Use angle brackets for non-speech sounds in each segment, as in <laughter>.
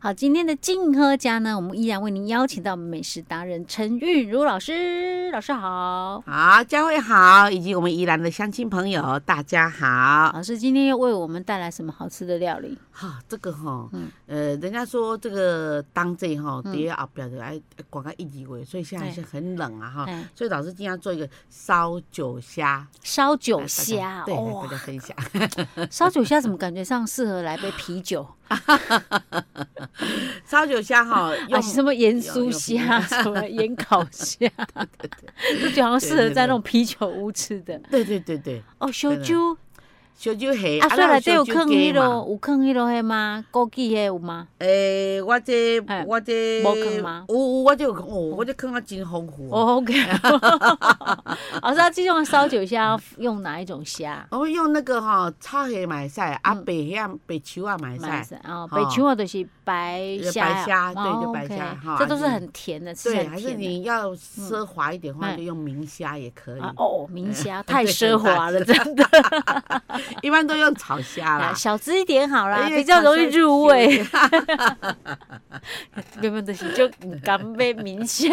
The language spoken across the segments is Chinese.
好，今天的静喝家呢，我们依然为您邀请到美食达人陈韵如老师，老师好。好，佳慧好，以及我们宜兰的乡亲朋友，大家好。老师今天又为我们带来什么好吃的料理？哈、这个哈、嗯呃，人家说这个当季哈，底下后边就爱广告一级位，所以现在对是很冷啊哈。哎，所以老师今天要做一个烧酒虾，烧酒来哎大家虾，对，来哇大，家分享。烧酒虾怎么感觉上适合来杯啤酒烧酒虾 <laughs> 啊？哈，<laughs> 用什么盐有酥有虾，什么盐烤 <laughs> 虾，就觉得好像适合在那种啤酒屋吃的。对对对对，哦，烧对的哎酒烧酒虾啊，所以内底有坑放迄落，有放迄落迄吗？枸杞迄有吗？诶，我这哎我这没放吗有有，我这有放哦，我这坑啊真丰富 <laughs> 哦、哦。o k 老师，那这种烧酒虾要用哪一种虾？我用那个哈草虾买晒，啊嗯白虾白球啊买晒，是啊，哦哦北青蛙都是白虾呀，白虾哦对就白虾 OK，哈这都是还是很甜的，吃起对，来还很是甜的。你要奢华一点的话，嗯就用明虾也可以啊，哦，明虾太对奢华了，真的， <laughs> 一般都用炒虾 <laughs> 啦。哎小只一点好啦，因为比较容易炒虾入味。。 <laughs> 没有没有，就是就干杯明 <laughs> 虾，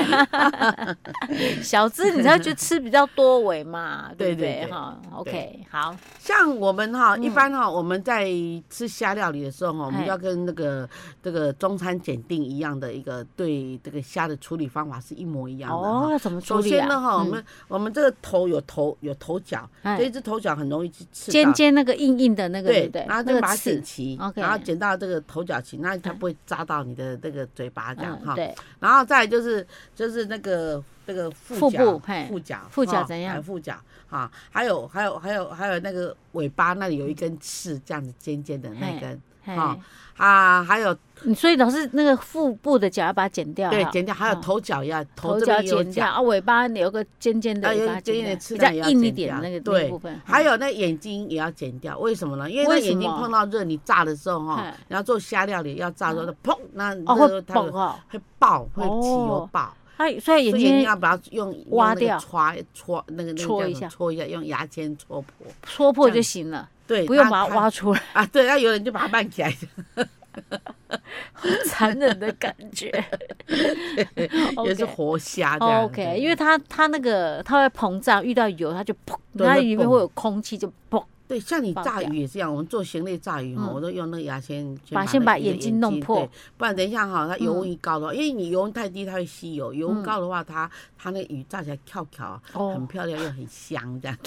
小只你才会觉得吃比较多尾嘛，对不对对对？对哈，OK，对好，像我们哈，嗯一般哈，我们在吃虾料理的时候哈，我哎们要跟那个这个中餐检定一样的一个对这个虾的处理方法是一模一样的哦，哈。要怎么处首理先啊？呢，哈，我嗯们我们这个头有头有头角，哎这一只头角很容易去刺尖到尖那个硬硬的那个，对对不对？然那后再个把它刺剪齐 OK 然后剪到这个头角齐，那它不会扎到你的那个嘴巴这样嗯哈。对，然后再来就是就是那个这个腹部腹角嘿腹角腹角哦怎样还有腹角哈，还有还有还有还有那个尾巴那里有一根刺，这样子尖尖的那嘿根嘿哈啊，还有你所以老师那个腹部的角要把它剪掉哈，对剪掉，还有哦头角要头头这角边也有剪掉角。啊，尾巴留个尖尖的，还尾啊有巴尖尖掉的刺比较呢也要硬一剪点的掉那个那对部分，还有有那眼睛也要剪掉，为什么呢？因为那为什眼睛么碰到热，你炸的时候哈嘿，然后做虾料理要炸的时候，砰，那那哦个会它爆有哦，会爆，会起哦油爆。它所以所眼以一定睛要把它用用挖那个掉戳戳那个那个戳叫一什下么戳一下，用牙签戳破。戳破这就样行了，对，不用那把它它挖出 <laughs> 来，啊。对，那有人就把它拌起来。 <laughs> 残忍的感觉。 <laughs> 也是 OK 活虾这样。 OK，对因为它它那个它会膨胀，遇到油它就砰，对它会里面蹦会有空气就砰，对，像你爆炸掉鱼也是一样，我们做咸类炸鱼哈，嗯我都用那个牙签把先那把鱼的眼睛弄破对不然等一下哈，它油嗯温一高的话，因为你油温太低，它会吸油；油嗯温高的话，它它那鱼炸起来翘翘，哦很漂亮又很香，这样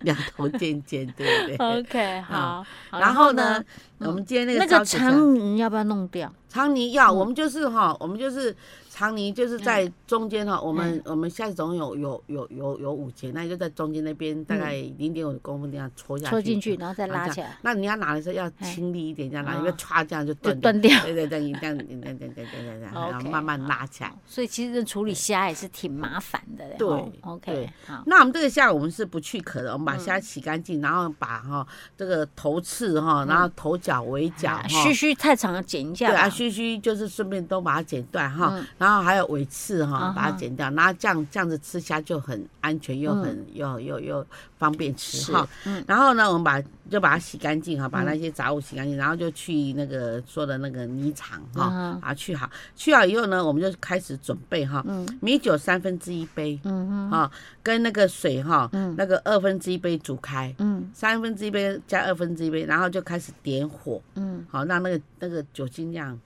两头尖尖，对不对？ OK，好啊。好然后呢，，嗯我们今天那个那个烧酒虾肠泥要不要弄掉？长泥要，嗯我们就是哈，我们就是长泥，就是在中间哈，我嗯们我们下次总有有有有有五节，那你就在中间那边大概零点五公分这样戳下去，嗯戳进去，，然后再拉啊这样起来，那你要拿的时候要轻力一点，这样拿，哎因为歘这样就就断断掉。对对对，你这样你这样这样这样这样这样，然 OK，后慢慢拉起来。所以其实处理虾也是挺麻烦的嘞。对哦，OK，对好，那我们这个虾我们是不去壳的，我嗯们把虾洗干净，然后把哈这个头刺哈，然后嗯头角尾角啊哈，须须太长了，剪一下对吧。啊，须须就是顺便都把它剪断哈，嗯然后还有尾刺哈，啊哈把它剪掉，然后这样这样子吃虾就很安全，又嗯很、又又又方便吃是哈。，嗯，然后呢，我们把就把它洗干净哈，把那些杂物洗干净，然后就去那个说的那个泥场哈，啊哈，把它去嗯好。去好以后呢，我们就开始准备哈，嗯米酒三分之一杯嗯哼，哈，跟那个水哈，嗯那个二分之一杯煮开，嗯三分之一杯加二分之一杯，然后就开始点火，嗯，好让那个那个酒精这样。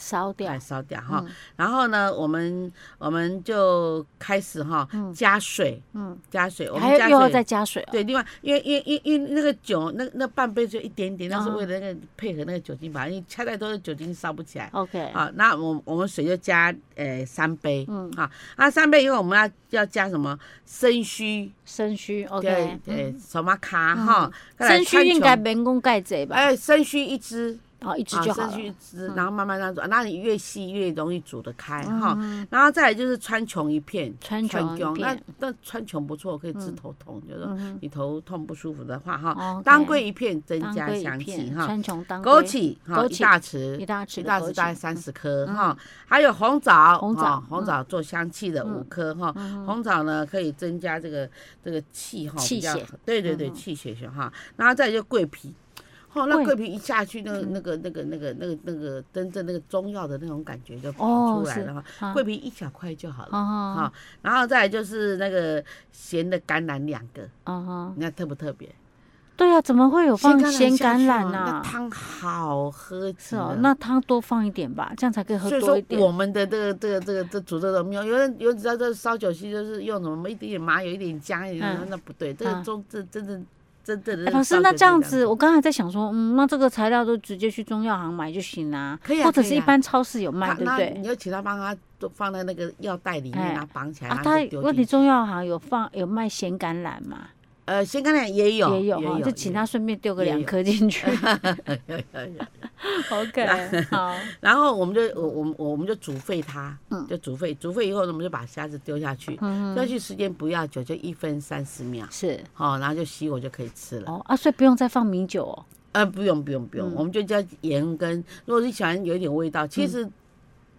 烧把掉它，烧掉哈嗯。然后呢，我们我们就开始哈嗯加水，嗯，加水，我还们要加又要再水。加水哦。对，另外，因为因为因为因为那个酒，那那半杯就一点点，那是啊为了那个配合那个酒精吧，因为掐太多的酒精烧不起来。 OK，好，那我我们水就加呃三杯，嗯好，那三杯以后我们要要加什么？生须，生须对 OK，嗯对，什么卡哈？再来生须川应该穹免讲盖济吧？哎，生须一只，哦，一只啊，就好生须一了。只，然后慢慢让煮，啊那你越细越容易煮得开哈。嗯然后再来就是穿穷一片，穿穷一片那那穿穷不错，可以治头痛，就是说嗯你头痛不舒服的话哈，哼，当归归一片增当加归香一气片，哈，川穹当归枸杞哈枸一杞大一匙。大匙的一大枸匙大概杞，三十颗哈，还有红枣，嗯红枣嗯哈红枣做香气的五颗哈，红枣呢可以增加这个这个气哈，气比较血，对对对，嗯气血血哈，然后再来就桂皮，哦，那桂皮一下去，那个嗯那个那个那个那个那个真正那个中药的那种感觉就跑哦出来是了哈。啊桂皮一小块就好了。啊好，然后再来就是那个咸的橄榄两个，啊哈！你看特不特别？对啊，怎么会有放咸下橄去榄哦那啊？汤好喝极是哦了，那汤多放一点吧，这样才可以喝所以多一说点。我们的这个这个这个这煮这个没有，有人有人知道这烧酒心就是用什么一点点麻油，一点姜，一点嗯那不对，这个嗯中这真正真正哎的老烧师，那酒这样就是子，我刚才在想说，嗯，那这个材料都直接去中药行买就行啦、可以啊或者可以是一啊般超市有卖，他对不那对？你要请他帮他都放在那个药袋里面，哎然后绑起来，啊，然他后就丢问进题去中药行有放有卖咸橄榄嘛？呃，咸橄榄也有，也有哦哈，就请他顺便丢个也两有颗进 <laughs> 去。有有有 OK，好， <laughs> 然后我们就我我们我们就煮沸它，嗯就煮沸，煮沸以后呢，我们就把虾子丢下去，嗯丢下去时间不要久，就一分三十秒，是好、然后就熄火就可以吃了。哦啊，所以不用再放米酒哦。呃，不用不用不用，嗯我们就加盐跟，如果是喜欢有一点味道，其实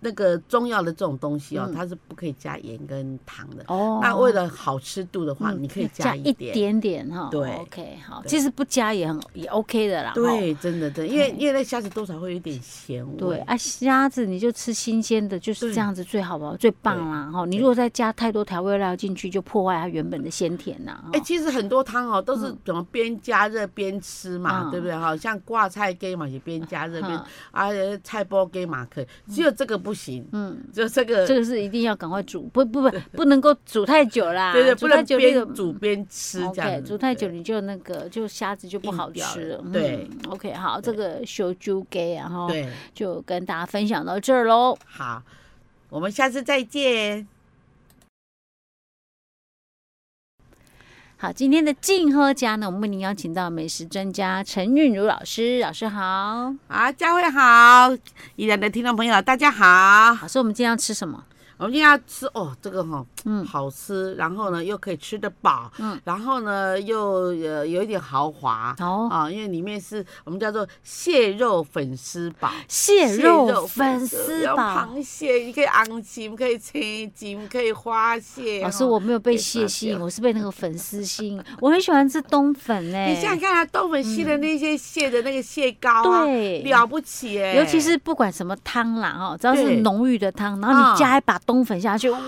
那个中药的这种东西哦，嗯它是不可以加盐跟糖的。哦，那啊为了好吃度的话，嗯你可以加加一一点。点点哈。对，OK，好，对其实不加也很也 OK 的啦。哈对，真的真的，因为因为那虾子多少会有一点咸味。哦对啊，虾子你就吃新鲜的，就是对这样子最好吧，最棒对啦哈。你对如果再加太多调味料进去，就破坏它原本的鲜甜呐。哈哎、其实很多汤哦都是怎么边加热边吃嘛，嗯对不对哈？像挂菜给嘛是边加热边，哈啊菜包给嘛可以，只有这个不行，嗯，只有这个这个是一定要赶快煮，不不不，不能够煮太久啦。对对，不啊煮太能久那个嗯边煮边吃这样 OK，子。煮太久对你就那个就虾子就不硬好掉吃了了。对嗯，OK，好，这个小猪给然后对，就跟大家分享到这儿喽。好，我们下次再见。好，今天的静喝家呢，我们为您邀请到美食专家陈韵如老师，老师好。啊，佳慧好，宜兰的听众朋友大家好，老师，我们今天要吃什么？我们今天要吃哦，这个哈、嗯好吃，然后呢又可以吃得饱，嗯然后呢又呃有一点豪华。哦，啊，因为里面是我们叫做蟹肉粉丝煲，蟹肉粉丝丝有煲。螃蟹，你可以昂金，可以青金，可以花蟹。老师，哦我没有被被蟹发吸引，表我是被那个粉丝吸引。我很喜欢吃冬粉欸呢、你想想看啊，东粉系的那些蟹的那个蟹膏嗯啊，对，了不起哎、尤其是不管什么汤啦，哈，只要是对浓郁的汤，然后嗯你加一把冬粉下去，哇，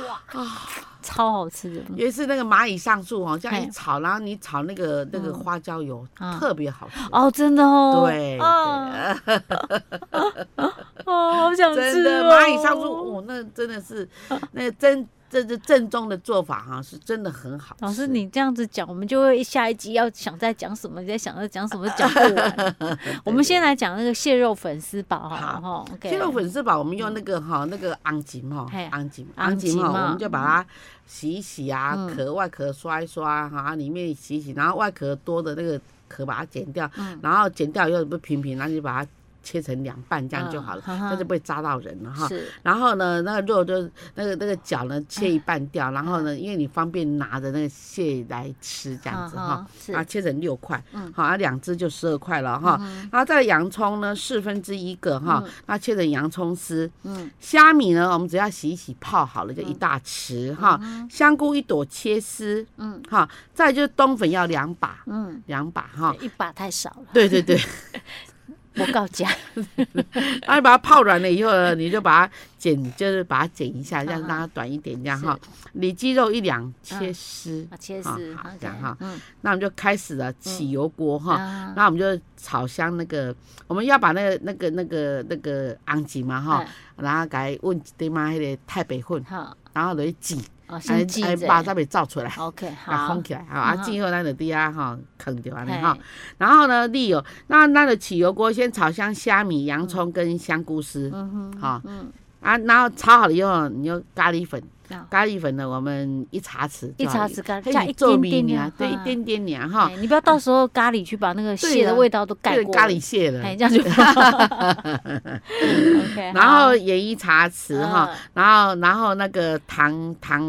超好吃的。啊也是那个蚂蚁上树哦，这样嘿一炒，然后你炒那个那个嗯花椒油，啊特别好吃。哦，真的哦，对，啊，对 <laughs> 哦，好想吃哦真的蚂蚁上树，哦，那真的 <laughs> 是那个真这是正宗的做法哈，是真的很好吃。老师，你这样子讲，我们就会下一集要想再讲什么，你在想着讲什么讲不 <laughs> 完。我们先来讲那个蟹肉粉丝煲哈，好哈，OK，蟹肉粉丝煲，我们用那个哈那个昂金哈嗯嘿，昂金昂昂金金哈，嘛我们就把它洗一洗啊嗯，壳外壳刷一刷哈，里面洗一洗，然后外壳多的那个壳把它剪掉嗯，然后剪掉以后不是平平，然后就把它切成两半，这样就好了，嗯哈哈这样就不会扎到人了哈。是然后呢，那个肉就那个那个脚呢切一半掉，嗯然后呢，因为你方便拿着那个蟹来吃这样子嗯哈哼，是啊切成六块嗯，好，啊两只就十二块了哈。然后再来洋葱呢四分之一个哈，那切成洋葱丝。嗯虾米呢，我们只要洗一洗泡好了就一大匙哈。香菇一朵切丝嗯哈，再来就是冬粉要两把嗯，两把哈。一把太少了， <laughs> 对对对，我告假。 <laughs> 然后你把它泡软了以后呢，你就把它剪，就是把它剪一下，这样让它短一点，这样哈。里脊肉一两切丝，啊，切好丝，好 OK，这样哈嗯，那我们就开始了起油锅哈。啊那我们就炒香那个，我们要把那个那个那个那个昂吉嘛哈，然后给它问一点嘛，迄个太白粉，哎好，然后落去煎，哦，哎先记哎，着把它袂造出来，给，OK，它好哎封，起来哈。啊，嗯哼煎好咱就底下哈，坑掉安尼嘿哈。，然后呢，你有那那个起油锅先炒香虾米、洋葱跟香菇丝，嗯哼，好嗯，啊，然后炒好了以后，你就咖喱粉好，咖喱粉呢，我们一茶匙一就好茶了，匙咖喱嘿加你一做点米点啊点，对，一嗯，点点点哈哎，你不要到时候咖喱去把那个对蟹的啊味道都盖这过个了，咖喱蟹哎，了，这样 <laughs> 就，OK，然好后盐一茶匙嗯哈，然后然后那个糖糖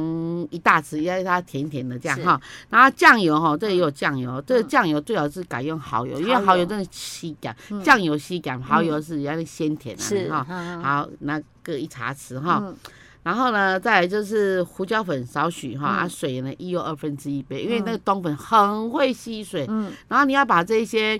一大匙，要让它甜甜的这样是嗯哈，然后酱油哈，这里有酱油，这个酱油最好是改用蚝油，因为蚝蚝油油嗯真的吸感，酱油吸感，蚝油是人家鲜甜是的哈。嗯好，那各一茶匙哈，嗯然后呢，再来就是胡椒粉少许哈，啊嗯水呢一又二分之一杯，因为那个冬粉很会吸水，嗯然后你要把这些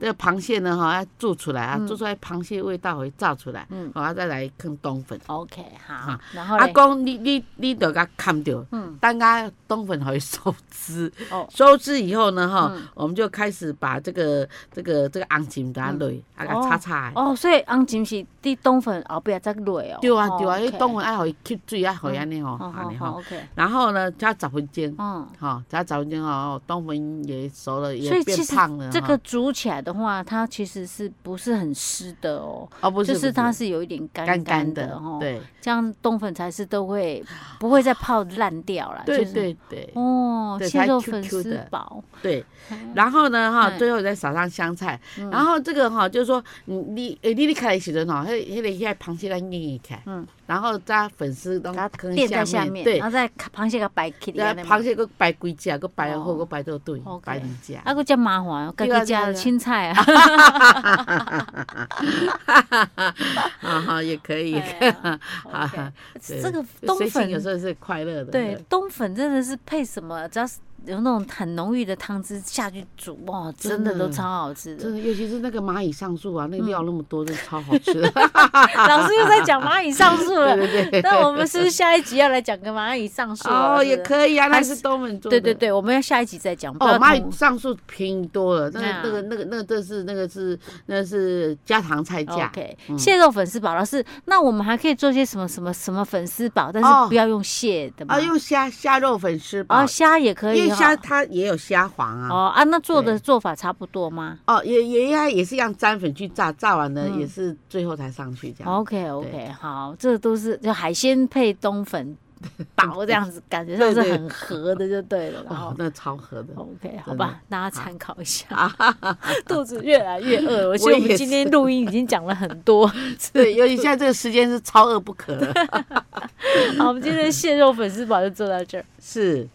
这个螃蟹呢哈要做出来啊，嗯做出来螃蟹味道会炸出来，嗯好、啊再来放冬粉。 OK，好啊，然后啊，嘞，讲你你你得甲砍掉，嗯，等下冬粉可以收汁，哦，收汁以后呢哈，嗯我们就开始把这个这个这个红芹给它落，啊甲擦擦的。嗯哦，所以红金是滴冬粉后壁再落哦。对啊哦对啊，因为 OK 嗯哦冬粉爱互伊吸水，啊爱互伊安尼吼，好安好尼好吼。 ，OK，然后呢，加十分钟，嗯，哈，加十分钟哦，冬粉也熟了，所以也其变实胖了哈。这个煮起来的话，它其实是不是很湿的哦？哦不是，就不是它是有一点干干干的的哦，，对这样冬粉才是都会不会再泡烂掉了。对啊就是对对哦，对蟹它肉 Q 粉 Q 丝的煲，对。然后呢，哈，嗯最后再撒上香菜。然后这个哈，就是说你你诶，你你开的时阵吼，迄迄个迄个螃蟹咱硬硬起来嗯，然后加粉丝拢给它放垫在下面，啊对然，后再螃蟹给它摆起然来。后螃蟹佫摆几只，佫摆好，哦佫摆倒对， OK 摆两只。 <laughs> 啊，佫遮麻烦，家对啊己对啊食对啊青菜啊。啊哈，也可以， <laughs> 哎呀啊 OK，对这个冬随性有粉时候是快乐的。对冬粉真的是配什么，只要是有那种很浓郁的汤汁下去煮，哇，真的真都的超好吃真的。的，尤其是那个蚂蚁上树啊，那个料那么多，真的超好吃的。老师又在讲蚂蚁上树了， <laughs> 对对对。那我们是不是下一集要来讲个蚂蚁上树啊？哦，是也不是。可以啊，那还是是东门做的。对对对，我们要下一集再讲。不哦要，蚂同蚁上树便宜多了，那对啊个那个那个那个这是那个是那个是家常菜价。哦 OK，嗯蟹肉粉丝煲老师，那我们还可以做些什么什么什么粉丝煲，但是哦不要用蟹的嘛啊，，用虾虾肉粉丝吧哦，虾也可以因为虾哈。它也有虾黄啊。哦啊，那做的对做法差不多吗哦，也也应该也是一样沾粉去炸，炸完了嗯也是最后才上去这样。哦哦？OK OK，好，这都是就海鲜配冬 <laughs> 粉煲这样子，感觉上是对对很合的，就对了。然哦后，那超合的。 OK，好真吧的，大家参考一下。 <laughs> 肚子越来越 <laughs> 饿，我觉得我我们也今天录音已经讲了很 <laughs> 多。对，尤其现在这个时间是超饿不可 <laughs> 了。好，我们今天的蟹肉粉丝煲就做到这儿。是，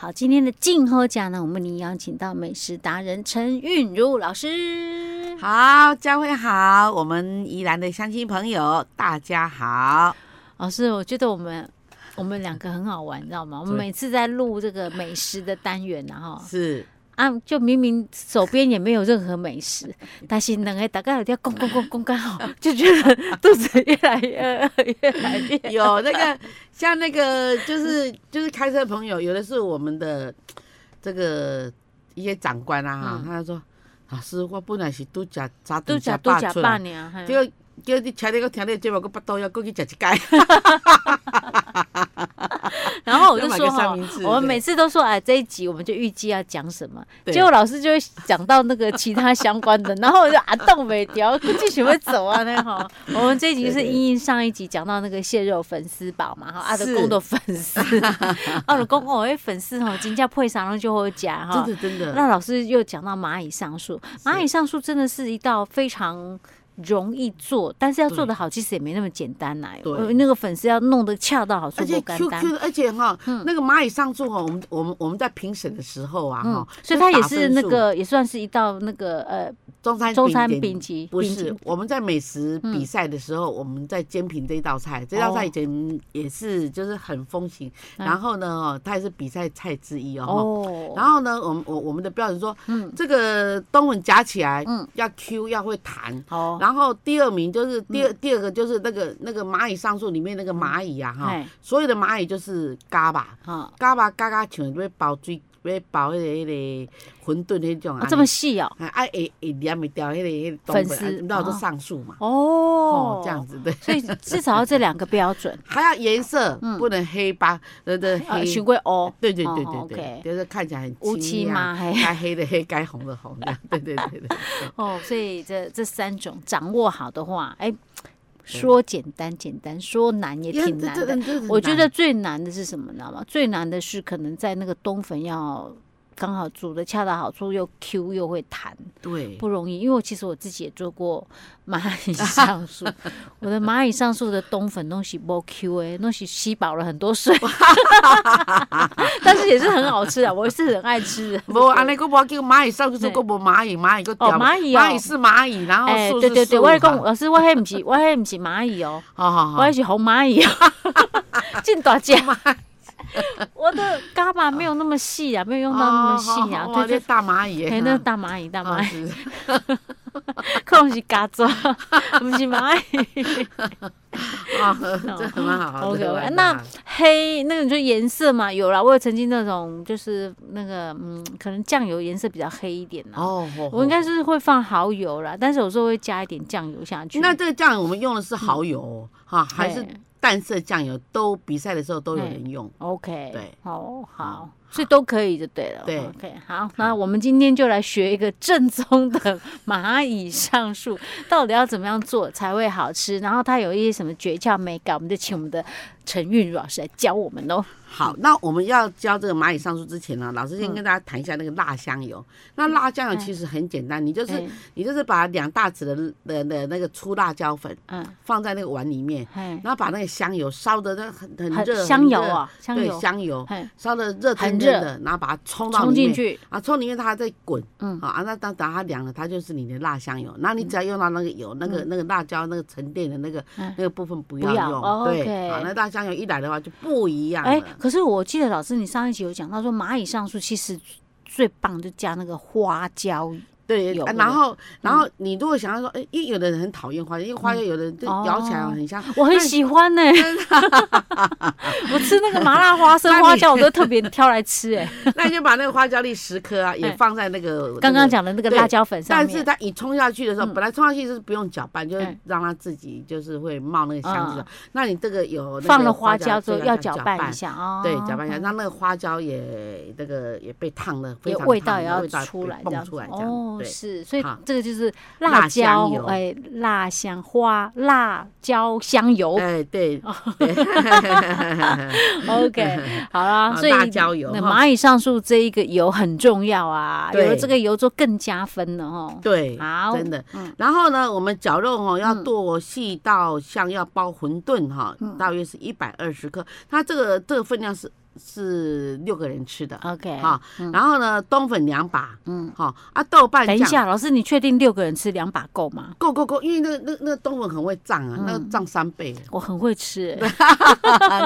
好，今天的静候家呢，我们您邀请到美食达人陈韵如老师。好，佳慧好，我们宜兰的乡亲朋友大家好。老师，我觉得我们我们两个很好玩，你知道吗？我们对每次在录这个美食的单元然后是，啊，就明明手边也没有任何美食，但是两个大概有点公公公公刚好，就觉得肚子越来越饿，越来越有那个像那个就是就是开车的朋友，有的是我们的这个一些长官啊，哈、嗯他就说老师，我本来是都食 <laughs> 早都顿假食都饱假出半来，年，啊嘿结果结果你听你个听你的节目，个巴肚要过去食一盖，然 <laughs> 后我就要买说个哈三明，治我们对每次都说哎，这一集我们就预计要讲什么，对结果老师就会讲到那个其他相关的，然后我就啊动没掉，继续会走啊 <laughs> 那哈。我们这一集是对对因应上一集讲到那个蟹肉粉丝煲嘛，哈，阿德是公的粉丝， <laughs> 阿德公哦，哎粉丝吼，金价配啥拢就好加哈真。的真的，那老师又讲到蚂蚁上树，蚂蚁上树真的是一道非常容易做，但是要做对得好，其实也没那么简单来。对呃那个粉丝要弄得恰到好处，而且不干 Q 单。嗯 Q，而且哈、那个蚂蚁上树哈，我们我们我们在评审的时候啊，哈、嗯，所以就它也打是分那数个也算是一道那个呃中餐中餐点丙级，不丙是级，我们在美食嗯比赛的时候，我们在煎品这一道菜，这道菜以前也是就是很风行，哦嗯然后呢，哦它也是比赛菜之一哦。哦，然后呢，我们我我们的标准说，嗯这个东文夹起来嗯哦要 Q 要会弹。好，然后第二名就是第嗯二第二个就是那个那个蚂蚁上树里面那个蚂蚁啊哈，哎，所有的蚂蚁就是嘎巴好，嘎巴嘎嘎像要包水要包迄个迄个馄饨迄种哦啊，这么细哦，哎，啊会会黏袂掉迄个迄个粉东丝西，那我就哦上树嘛。哦哦，，这样，子对，，所以至少要这两个标准还要颜色，不能黑吧？ <laughs> 呃的呃，黑，嗯循规哦，对对哦对哦对对，OK，就是看起来很乌漆清亮嘛黑该黑的黑，该红的红的，对对对对。哦，所以这这三种掌握好的话，哎， <sniffs> 说简单简单，说难 <laughs> 也因为挺这难这的。这这很我觉难得最难的是什么，你知道吗？最难的是可能在那个冬粉要刚好煮的恰到好处，又 Q 又会弹。对，不容易，因为我其实我自己也做过蚂蚁上树，我的蚂蚁上树的冬粉东西不 Q 哎，东西吸饱了很多水，但是也是很好吃啊，我是很爱吃的。无安尼，佫无叫蚂蚁上树，佫无蚂蚁，蚂蚁佫哦掉蚂蚁哦蚂蚁是蚂蚁，然后哎、树对是对对，树我哈还讲，老师，我迄不是，我迄不是蚂蚁哦，好好我好迄，是红蚂蚁哦，进大只。我的伽马没有那么细啊，没有用到那么细啊哦好好，哇，对这对，大蚂蚁耶，哎，那个大蚂蚁，大哦蚂蚁， <laughs> 是可能是嘎抓，不是蚂蚁。啊， <laughs> 这很蛮好哦 OK，这个蛮好 OK，那哎黑那个就颜色嘛，有啦，我有曾经那种就是那个嗯，可能酱油颜色比较黑一点啦。哦，哦我应该是会放蚝油啦，但是有时候会加一点酱油下去。嗯那这个酱油我们用的是蚝油哈，还是对淡色酱油？都比赛的时候都有人用。 OK，对，嗯哦，好，所以都可以就对了。对，OK，好，那我们今天就来学一个正宗的蚂蚁上树，到底要怎么样做才会好吃？然后它有一些什么诀窍美感，我们就请我们的陈韵如老师来教我们喽。好，那我们要教这个蚂蚁上树之前呢，老师嗯先跟大家谈一下那个辣香油。那辣酱油其实很简单，你就是嗯你就是把两大匙的的的那个粗辣椒粉嗯，放在那个碗里面，嘿，然后把那个香油烧的那很很热，香很油热，啊，香对油，香油嘿，烧的热腾很腾热的，然后把它冲到冲里进面。去，啊，冲里面它还在滚，嗯嗯，啊，那当等它凉了，它就是你的辣香油。那你只要用到那个油，那个那个辣椒那个沉淀的那个嗯那个部分不不要要哦用， ，OK 对，好，那辣香油一来的话就不一样哎、了。可是我记得老师你上一集有讲到说蚂蚁上树其实最棒就加那个花 <laughs> 椒，对有，啊那然个嗯后然后你如果想要说，哎，因为有的人很讨厌花椒，因为花椒有的人就哦咬起来很像，我很那喜欢呢、我吃那个麻辣 <laughs> 花生那你花椒，我都特别挑来吃 <laughs> 哎、那你就把那个花椒粒十颗 <laughs> 啊，也哎放在那个刚那刚个讲的那个对辣椒粉上但面，是它一冲下去的时候，嗯本来冲下去是不用搅拌，就是嗯让它自己就是会冒那个香气的。那你这个有那放个了花椒之后就要搅拌一，下哦，对，搅拌一下，让那个花椒也那个也被烫的，非有常味烫道也要味道出来，这蹦样出子来这样。哦，对，是，所以好这个就是辣辣椒香油哎，辣香花辣椒香油哎对，哦 <laughs> ，OK，好啦，啊所以辣椒油那哈蚂蚁上树这一个油很重要啊，有对了这个油就更加分了哦。对， <laughs> 好真的嗯。然后呢，我们绞肉哦要剁细到像要包馄饨哈，嗯大约是一百二十克。它这个这个分量是是六个人吃的。 OK，哈、嗯然后呢，冬粉两把，嗯嗯，好、啊，豆瓣等一酱下，老师，你确定六个人吃两把够吗？够够够，因为那个那那个冬粉很会胀啊，那个嗯胀三 <laughs> 倍， <laughs> 我很会吃、欸，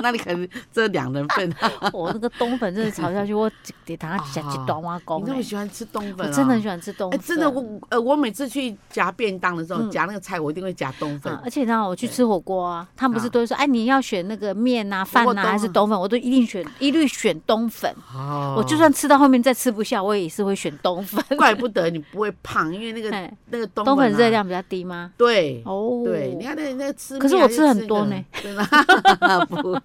那你可能这两人份，你我那个冬粉真的炒下去，我给它夹啊一段挖 <laughs> 工、那么欸。喜欢吃冬粉、我啊，真的很喜欢吃冬哎、粉，真的我呃，我每次去夹便当的时候，嗯夹那个菜，我一定会夹冬粉。啊而且你知道我去对吃火锅啊，他们不是啊都会说，哎，你要选那个面啊、饭锅啊，冬还是啊冬粉？我都一定选，一律选冬粉。哦我就算吃到后面再吃不下，我也是会选冬 <laughs> 粉。怪不得你不会胖，因为那个哎那个冬冬粉、啊粉热，量比较低吗？对。哦，对，你看那那吃面啊，可是我吃就很那多个呢，真的 <laughs> 不会。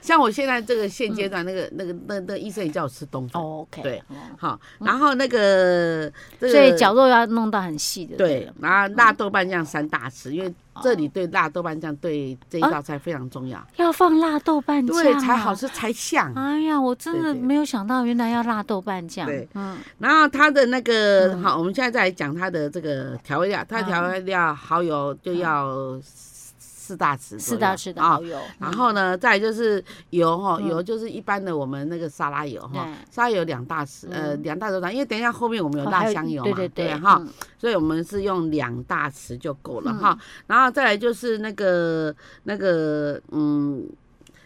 像我现在这个现阶段，那个那个那那医生也叫我吃冬粉，嗯哦，OK，对哦好，然后那个这所以嗯个绞肉要弄到很细的，对了，然后辣豆瓣酱三大匙，因为这哦里对辣豆瓣酱对这一道菜非常重要，要放辣豆瓣啊酱、啊，对才好。吃才像。哎呀，我真的对对没有想到，原来要辣豆瓣酱。对嗯，然后它的那个好，我们现在再来讲它的这个调味料，它的调味料蚝油就要四四大匙左右，嗯四大匙的嗯啊蚝。油，然后呢，再来就是油哈，嗯油就是一般的我们那个沙拉油哈对，嗯沙拉油两大匙，呃，两大手掌，因为等一下后面我们有哦辣还香油对嘛，对对哈，，嗯所以我们是用两大匙就够了哈。然后再来就是那个那个嗯，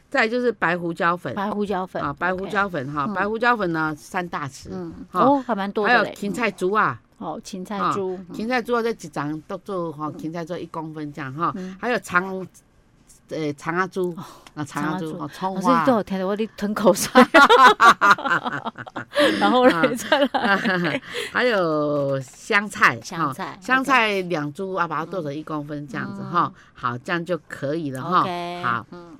再来就是白胡椒粉白胡椒粉啊，白胡， OK 椒粉哈，嗯白胡椒粉呢三大匙，嗯，好哦，还蛮多还的有嘞。芹菜珠啊，哦，芹菜啊猪，嗯芹菜珠啊这几张都做哈，芹菜做一公分这样哈，嗯还有长。呃，长阿珠啊，长阿长珠阿哦，葱老师花你，都有听到我的吞口 <laughs> 水，然后嘞再来，啊 <laughs> 还有香 <laughs> 菜，香哈菜嗯香菜两株啊，把它剁成一公分这样子哈，好，这样就可以了哈 OK，。好，嗯，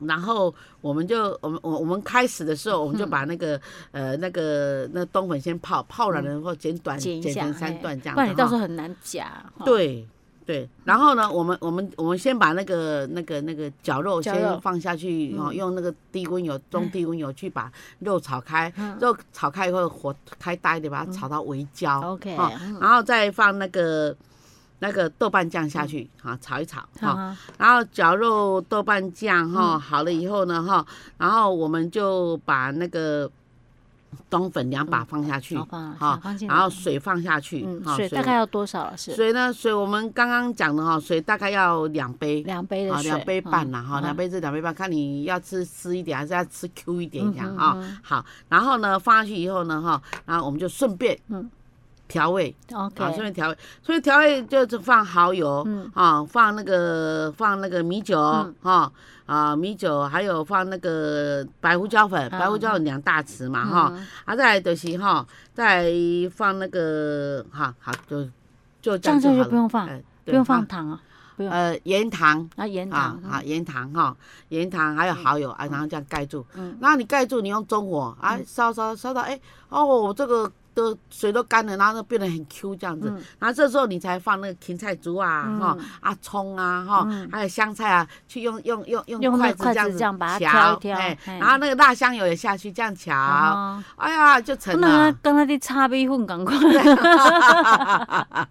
然后我们就我们我我们开始的时候，我们嗯就把那个呃那个那冬粉先泡泡软了，后剪短嗯剪剪一下，成三嘿段这样不子哈。然你到时候很难夹。哈，对对，然后呢，我们我们我们先把那个那个那个绞肉绞肉嗯先放下去，哦，用那个低温油中低温油去把肉炒开，嗯肉炒开以后火开大一点，把它炒到微焦 OK，哦嗯然后再放那个那个豆瓣酱下去，啊，炒一炒，好哈，啊然后绞肉豆嗯瓣酱哈好了以后呢，哈，然后我们就把那个冬粉两把放下去，嗯好放哈，放进来然后水放下去嗯，，哈水大概要多少老师？水呢？水我们刚刚讲的哈，水大概要两杯，两杯的啊，水，两杯半啦哈，嗯两。杯至两杯半，看你要吃湿一点还是要吃 Q 一点这样嗯啊。好，然后呢放下去以后呢哈，然后我们就顺便嗯调味，嗯，OK，啊，顺便调味，所以调味就是放蚝油嗯，啊，放那个放那个米酒嗯哈，啊米酒，还有放那个白胡椒粉，白胡椒粉两大匙嘛哈，嗯啊再来就是哈，再来放那个哈好就这就这样样就就好就了不，用放，哎不对用放糖啊，不用呃盐糖。啊盐啊糖，啊，盐糖哈，盐糖还有蚝油啊，然后这样盖住，嗯然后你盖住，你用中火啊烧烧烧到哎哦，这个的水都干了，然后就变得很 Q 这样子，嗯然后这时候你才放那个芹菜竹啊哈嗯啊葱啊哈，还有香菜啊，去用用用用用那筷个子筷这样子子这样把它挑瞧一挑嗯哎，嘿然后那个辣香油也下去这样瞧，啊，哎呀就成那了。啊跟他的擦米粉赶快。 <laughs> 啊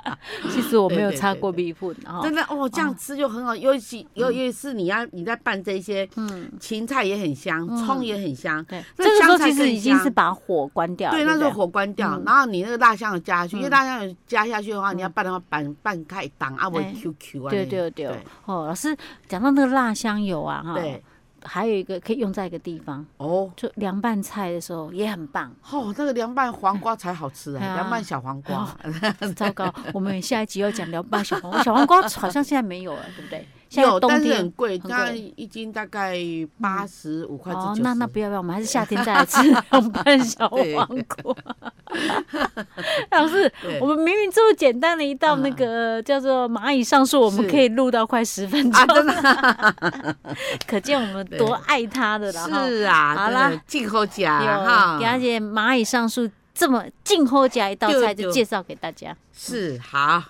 其实我没有擦过米粉啊， <laughs> 真的哦，这样吃就很好，尤其哦尤尤其是你要你在拌这些，嗯，芹菜也很香，葱也很香，对，这那个时候香菜其实更已经是香把火关掉了，对，啊不那时候火关掉，然后你那个辣香油加下去，因为嗯辣香油加下去的话，你要拌的话拌拌开档啊，会哎 QQ 啊。对那对对对哦，老师讲到那个辣香油啊，哈，对，还有一个可以用在一个地方，哦就凉拌菜的时候也很棒。哦，那个凉拌黄瓜才好吃哎呀啊，凉拌小黄瓜。糟糕，我们下一集要讲凉拌小黄瓜，小黄瓜好像现在没有了，对不对？ <laughs> 现在有，冬但是很天。贵，很大概贵一斤大概八十五块至哦九，十。那那不要不要，我们还是夏天再来 <laughs> 吃凉拌小黄瓜。老师，对嗯我们明明这么简单的一道那个叫做蚂蚁上树，我们是可以录到快十分钟，啊，真的可见我们多爱它的啦。哈是啊，好真啦的进口甲有，哈给，姐蚂蚁上树这么静候家一道菜对就对介绍给大家。是好。